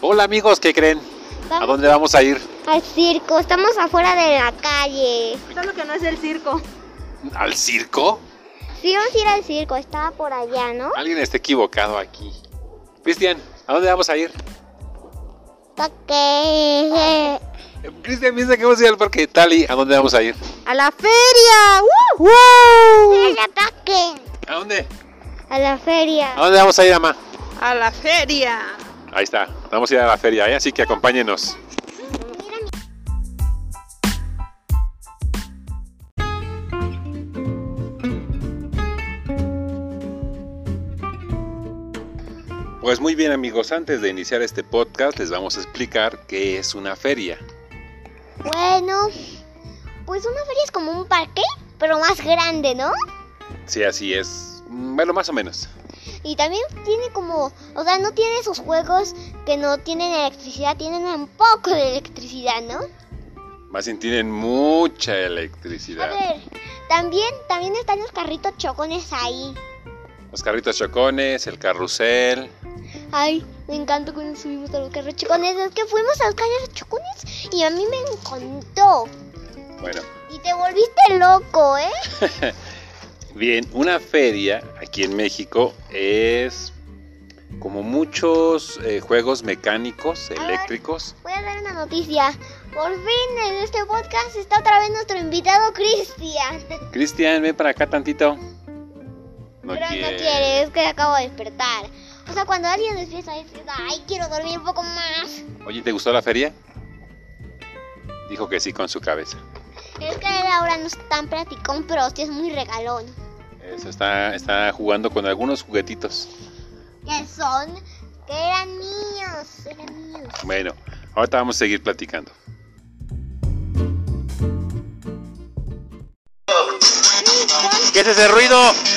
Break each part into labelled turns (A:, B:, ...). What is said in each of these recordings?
A: Hola amigos, ¿qué creen? ¿A
B: Vamos.
A: dónde vamos a ir?
B: Al circo, estamos afuera de la calle.
C: Solo que no es el circo.
A: ¿Al circo?
B: Sí, vamos a ir al circo, estaba por allá, ¿no?
A: Alguien está equivocado aquí. Cristian, ¿a dónde vamos a ir?
B: Porque...
A: Eh, Cristian piensa que vamos a ir al parque de Tali. ¿A dónde vamos a ir?
C: ¡A la feria! ¡Uh!
B: la parque.
A: ¿A dónde?
B: A la
A: ¿A
B: feria.
A: dónde vamos a ir, mamá?
C: ¡A la feria!
A: Ahí está, vamos a ir a la feria, ¿eh? así que acompáñenos. Pues muy bien amigos, antes de iniciar este podcast les vamos a explicar qué es una feria.
B: Bueno, pues una feria es como un parque, pero más grande, ¿no?
A: Sí, así es. Mm, Bueno, más o menos.
B: Y también tiene como, o sea, no tiene esos juegos que no tienen electricidad, tienen un poco de electricidad, ¿no?
A: Más bien tienen mucha
B: A
A: electricidad.
B: ver, también, también están los carritos chocones ahí.
A: Los carritos chocones, el carrusel.
B: Ay, me encanta cuando subimos a los carros chocones. Es que fuimos a los carros chocones y a mí me encantó.
A: Bueno,
B: Y te volviste loco, ¿eh?
A: Bien, una feria aquí en México es como muchos eh, juegos mecánicos,
B: ver.
A: eléctricos.
B: Voy a dar una noticia. Por fin en este podcast está otra vez nuestro invitado Cristian.
A: Cristian, ven para acá tantito.
B: Pero no quiere, es que acabo de despertar. O sea, cuando alguien despierta, es ay, quiero dormir un poco más.
A: Oye, ¿te gustó la feria? Dijo que sí con su cabeza.
B: Es que él ahora no es tan platicón, pero hostia, es muy regalón.
A: Eso, está, está jugando con algunos juguetitos.
B: Que son, que eran míos, eran míos.
A: Bueno, ahorita vamos a seguir platicando. ¿Qué es ese ruido?
B: ¡Es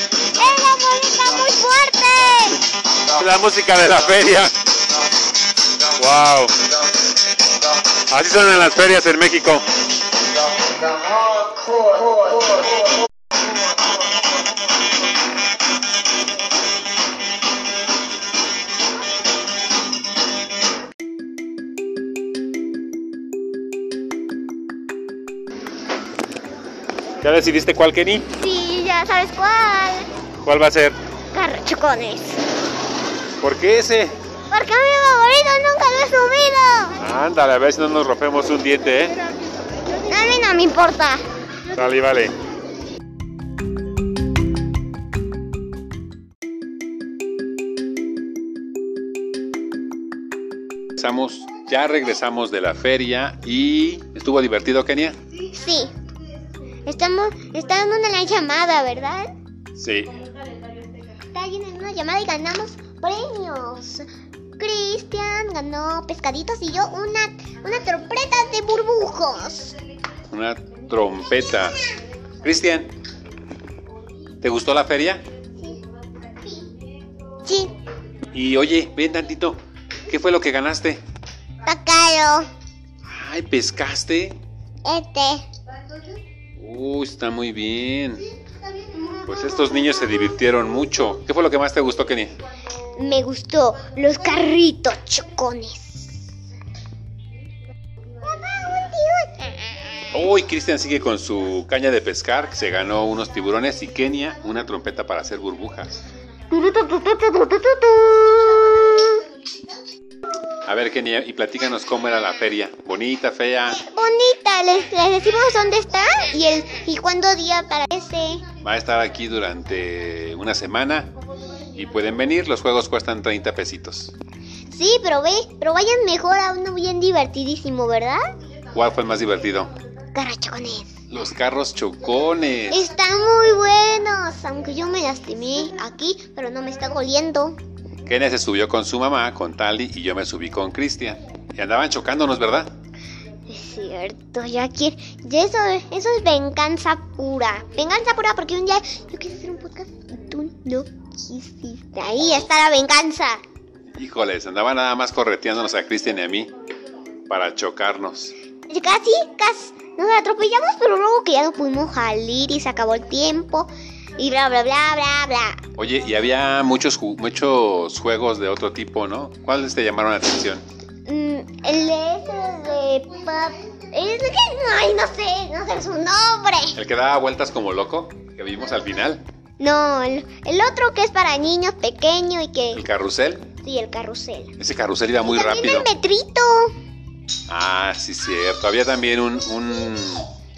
B: la bolita muy fuerte!
A: La música de la feria. Wow. Así son en las ferias en México. ¿Ya decidiste cuál Kenny?
B: Sí, ya sabes cuál.
A: ¿Cuál va a ser?
B: Carrachocones.
A: ¿Por qué ese?
B: Porque mi favorito nunca lo he subido.
A: Ándale, a ver si no nos rompemos un diente, ¿eh?
B: A mí no me importa.
A: Dale, vale. Regresamos, ya regresamos de la feria y estuvo divertido, Kenia.
B: Sí. Estamos, está dando una llamada, ¿verdad?
A: Sí.
B: Está llena de una llamada y ganamos premios. Cristian ganó pescaditos y yo una, una trompeta de burbujos.
A: Una trompeta. Cristian, ¿te gustó la feria?
B: Sí,
A: Y oye, ven tantito. ¿Qué fue lo que ganaste?
B: está caro.
A: Ay, pescaste.
B: Este.
A: Uy, está muy bien. Pues estos niños se divirtieron mucho. ¿Qué fue lo que más te gustó, Kenia?
B: Me gustó los carritos chocones.
A: Hoy Cristian sigue con su caña de pescar, que se ganó unos tiburones y Kenia una trompeta para hacer burbujas. A ver, Kenia, y platícanos cómo era la feria. Bonita, fea.
B: Bonita, les, les decimos dónde está y el y cuándo día aparece.
A: Va a estar aquí durante una semana y pueden venir. Los juegos cuestan 30 pesitos.
B: Sí, pero ve, pero vayan mejor a uno bien divertidísimo, ¿verdad?
A: ¿Cuál fue el más divertido?
B: Carachocones.
A: Los carros chocones.
B: Están muy buenos, aunque yo me lastimé aquí, pero no me está doliendo.
A: Kenia se subió con su mamá, con Tali, y yo me subí con Cristian. Y andaban chocándonos, ¿verdad?
B: Es cierto, ya quiero. Ya eso, eso es venganza pura. Venganza pura porque un día yo quise hacer un podcast y tú no quisiste. Ahí está la venganza.
A: Híjoles, andaban nada más correteándonos a Cristian y a mí para chocarnos.
B: Y Casi, casi. Nos atropellamos, pero luego que ya no pudimos salir y se acabó el tiempo. Y bla, bla, bla, bla, bla.
A: Oye, y había muchos, ju- muchos juegos de otro tipo, ¿no? ¿Cuáles te llamaron la atención?
B: Mm, El de ese de pap... Es que, ay, no sé, no sé su nombre.
A: El que daba vueltas como loco, que vimos al final.
B: No, el, el otro que es para niños pequeño y que...
A: El carrusel.
B: Sí, el carrusel.
A: Ese carrusel iba muy
B: También
A: rápido.
B: el metrito.
A: Ah, sí, cierto. Había también un, un,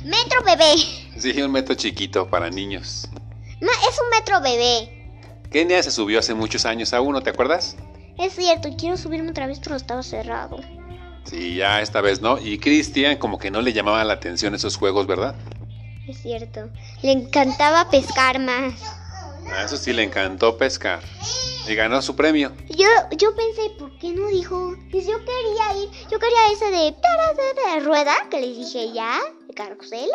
B: Metro bebé.
A: sí, un metro chiquito para niños.
B: No, es un metro bebé.
A: Kenia se subió hace muchos años a uno, ¿te acuerdas?
B: Es cierto, quiero subirme otra vez, pero estaba cerrado.
A: Sí, ya esta vez no. Y Cristian como que no le llamaban la atención esos juegos, ¿verdad?
B: Es cierto. Le encantaba pescar más.
A: A eso sí le encantó pescar. Y ganó su premio.
B: Yo, yo pensé, ¿por qué no dijo? Pues yo quería ir, yo quería ese de tara, tara, rueda, que les dije ya, de carrusel.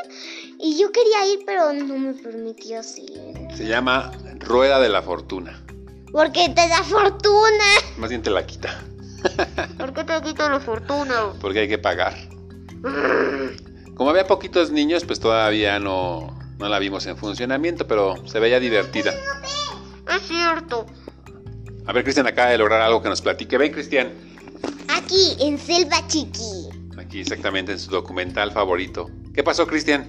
B: Y yo quería ir, pero no me permitió ir.
A: Se llama Rueda de la Fortuna.
B: Porque te da fortuna.
A: Más bien te la quita,
B: ¿Por qué te quito la fortuna?
A: porque hay que pagar. Como había poquitos niños, pues todavía no, no la vimos en funcionamiento, pero se veía divertida.
B: Es cierto.
A: A ver, Cristian acaba de lograr algo que nos platique. Ven, Cristian.
B: Aquí, en Selva Chiqui.
A: Aquí exactamente en su documental favorito. ¿Qué pasó, Cristian?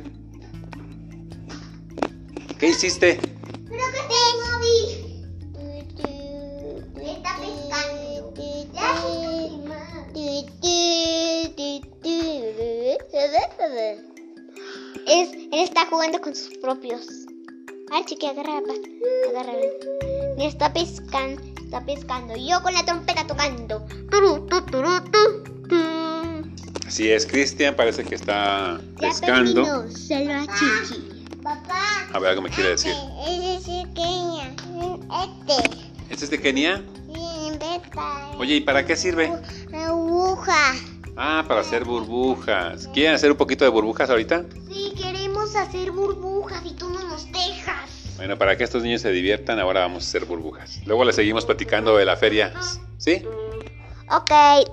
A: ¿Qué hiciste?
B: Creo que tengo vi. Está pescando. Es, él está jugando con sus propios. Ah, chiqui, agarra la pata. Agárrala. Mira, está pescando. Está pescando. Y Yo con la trompeta tocando. Turu, tu, turu, tu, tu.
A: Así es, Cristian parece que está
B: Ya
A: pescando.
B: terminó, Selva chiqui. Papá.
A: A ver, algo me quiere decir.
B: Ese es pequeña. Este.
A: ¿Este es de Kenia?
B: Bien, Pepa.
A: Oye, ¿y para qué sirve?
B: Aguja.
A: Ah, para hacer burbujas. ¿Quieren hacer un poquito de burbujas ahorita?
B: Sí, queremos hacer burbujas y tú no nos dejas.
A: Bueno, para que estos niños se diviertan, ahora vamos a hacer burbujas. Luego les seguimos platicando de la feria. ¿Sí?
B: Ok,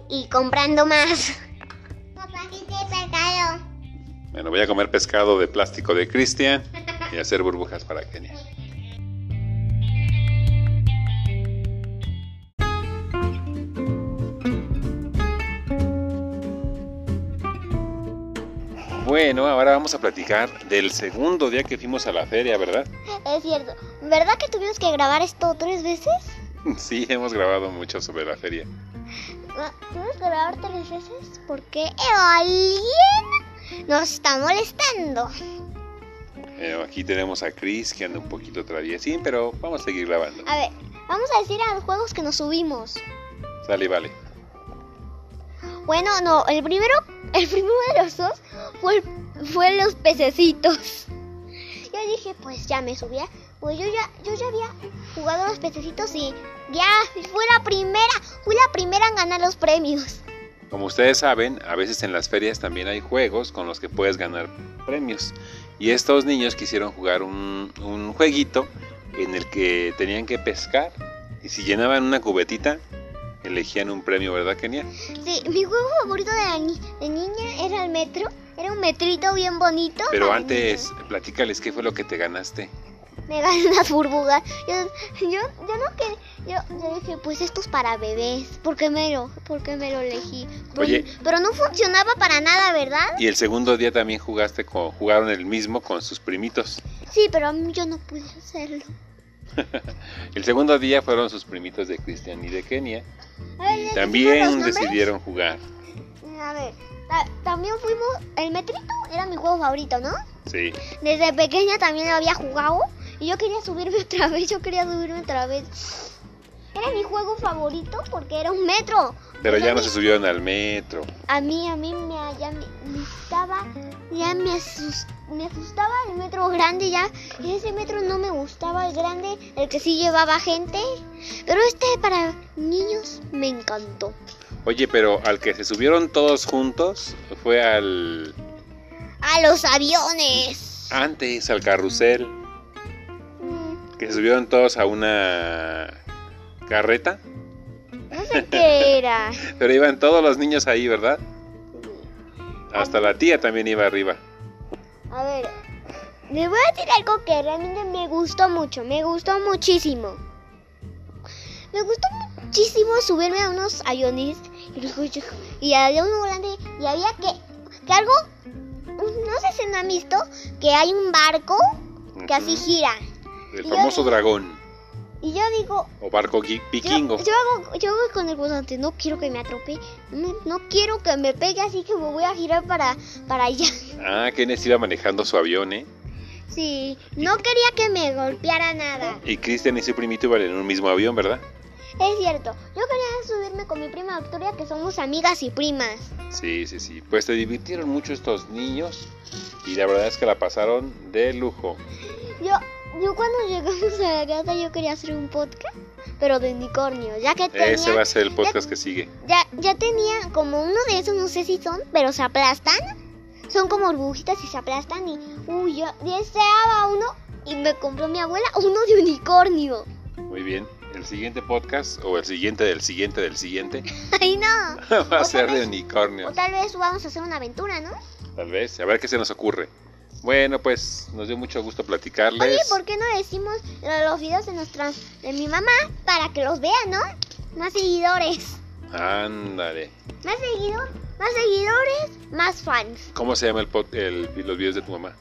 B: y comprando más. Papá, ¿qué te pescado?
A: Bueno, voy a comer pescado de plástico de Cristian y hacer burbujas para Kenia. Bueno, ahora vamos a platicar del segundo día que fuimos a la feria, ¿verdad?
B: Es cierto. ¿Verdad que tuvimos que grabar esto tres veces?
A: Sí, hemos grabado mucho sobre la feria.
B: Ah, ¿Tuvimos que grabar tres veces? Porque alguien nos está molestando.
A: Eh, aquí tenemos a Chris que anda un poquito traviesín, pero vamos a seguir grabando.
B: A ver, vamos a decir a los juegos que nos subimos.
A: Sale y vale.
B: Bueno, no, el primero, el primero de los dos fue, el- fue los pececitos. Yo dije, pues ya me subía. Pues yo ya, yo ya había jugado a los pececitos y ya fue la primera, fui la primera en ganar los premios.
A: Como ustedes saben, a veces en las ferias también hay juegos con los que puedes ganar premios. Y estos niños quisieron jugar un, un jueguito en el que tenían que pescar. Y si llenaban una cubetita, elegían un premio, ¿verdad, Kenia?
B: Sí, mi juego favorito de, la ni- de niña era el metro. Era un metrito bien bonito.
A: Pero
B: para
A: antes, platícales qué fue lo que te ganaste.
B: me gané unas burbujas. Yo, yo, yo no que yo, yo dije, pues esto es para bebés. ¿Por qué me lo, por qué me lo elegí? Pero,
A: Oye.
B: pero no funcionaba para nada, ¿verdad?
A: Y el segundo día también jugaste con, jugaron el mismo con sus primitos.
B: Sí, pero a mí yo no pude hacerlo.
A: El segundo día fueron sus primitos de Cristian y de Kenia.
B: A ver,
A: Y
B: ¿les decimos
A: también
B: los nombres?
A: decidieron jugar.
B: A ver, ta- también fuimos. El metrito era mi juego favorito, ¿no?
A: Sí.
B: Desde pequeña también lo había jugado. Y yo quería subirme otra vez, yo quería subirme otra vez. Era mi juego favorito porque era un metro.
A: Pero
B: Pues a
A: ya no
B: mí-
A: se subieron al metro.
B: A mí, a mí me, ya me, me estaba, ya me, asus- me asustaba el metro grande ya. Ese metro no me gustaba el grande, el que sí llevaba gente. Pero este para niños me encantó.
A: Oye, pero al que se subieron todos juntos fue al
B: A los aviones.
A: antes al carrusel,
B: Mm,
A: que se subieron todos a una carreta,
B: No sé qué era.
A: pero iban todos los niños ahí, ¿verdad? Hasta la tía también iba arriba.
B: A ver, les voy a decir algo que realmente me gustó mucho, me gustó muchísimo. Me gustó muchísimo subirme a unos aviones y luego yo- y había un volante y había que, que algo, no sé si no han visto, que hay un barco que así
A: Ujú.
B: gira.
A: El
B: yo-
A: famoso dragón
B: Y yo digo,
A: o barco gui-
B: yo,
A: vikingo.
B: yo hago, yo voy con el volante, no quiero que me atrope, no, no quiero que me pegue, así que me voy a girar para, para allá.
A: Ah, Kenneth iba manejando su avión, ¿eh?
B: Sí, no quería que me golpeara nada.
A: Y Christian y su primito iban en un mismo avión, ¿verdad?
B: Es cierto, yo quería subirme con mi prima Victoria, que somos amigas y primas.
A: Sí, sí, sí. Pues se divirtieron mucho estos niños y la verdad es que la pasaron de lujo.
B: Yo, yo cuando llegamos a la casa yo quería hacer un podcast, pero de unicornio, ya que tenía,
A: Ese va a ser el podcast que sigue.
B: ya, ya tenía como uno de esos, no sé si son, pero se aplastan. Son como burbujitas y se aplastan y, uy, yo deseaba uno y me compró mi abuela uno de unicornio.
A: Muy bien. El siguiente podcast o el siguiente del siguiente del siguiente
B: Ay, no.
A: va a
B: Otra
A: ser de
B: vez.
A: unicornios.
B: O tal vez vamos a hacer una aventura, ¿no?
A: Tal vez. A ver qué se nos ocurre. Bueno, pues nos dio mucho gusto platicarles.
B: Oye, ¿por qué no le decimos lo- los videos de, nuestra, de mi mamá para que los vean, ¿no? Más seguidores.
A: Ándale.
B: Más seguido, más seguidores, más fans.
A: ¿Cómo se llama el, pod- el- los videos de tu mamá?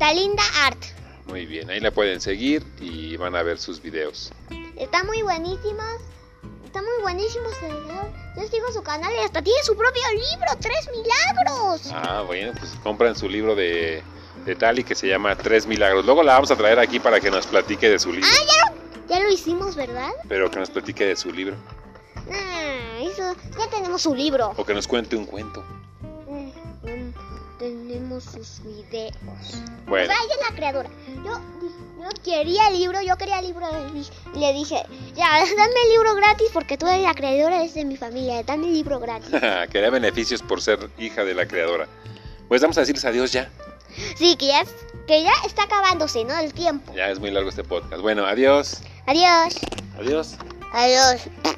B: Talinda Art.
A: Muy bien, ahí la pueden seguir y van a ver sus videos.
B: Está muy buenísimos. Está muy buenísimo ese video. Yo sigo su canal y hasta tiene su propio libro, Tres Milagros.
A: Ah, bueno, pues compran su libro de, de Tali que se llama Tres Milagros. Luego la vamos a traer aquí para que nos platique de su libro.
B: Ya lo hicimos, ¿verdad?
A: Pero que nos platique de su libro.
B: Nah, eso. Ya tenemos su libro.
A: O que nos cuente un cuento.
B: Mm, mm, Tenemos sus videos.
A: Bueno,
B: O sea, ella es la creadora. Yo, yo quería el libro, yo quería el libro. Y le dije, ya, dame el libro gratis porque tú eres la creadora, eres de este, mi familia. Dame el libro gratis.
A: quería beneficios por ser hija de la creadora. Pues vamos a decirles adiós ya.
B: Sí, que ya, es- que ya está acabándose, ¿no? El tiempo.
A: Ya es muy largo este podcast. Bueno, adiós.
B: Adiós.
A: Adiós.
B: Adiós.